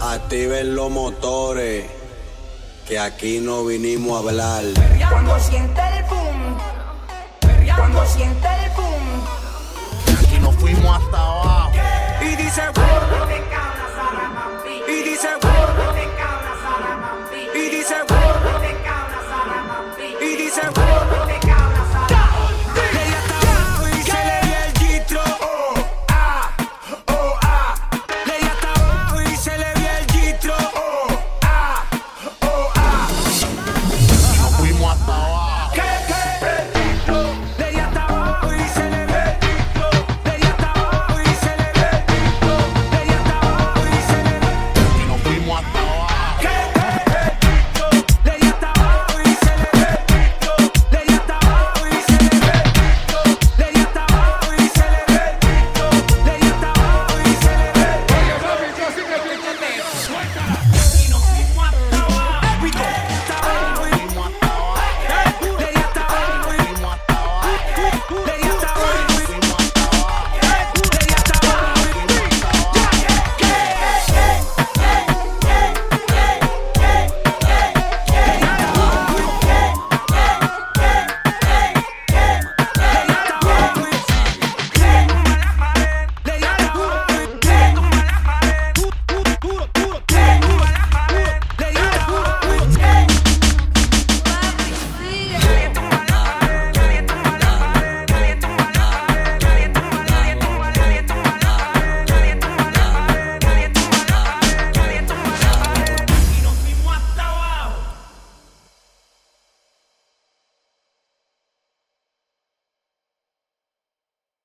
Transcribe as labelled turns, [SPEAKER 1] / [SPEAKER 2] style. [SPEAKER 1] Activen los motores, que aquí no vinimos a hablar.
[SPEAKER 2] Cuando sienta el boom, cuando sienta el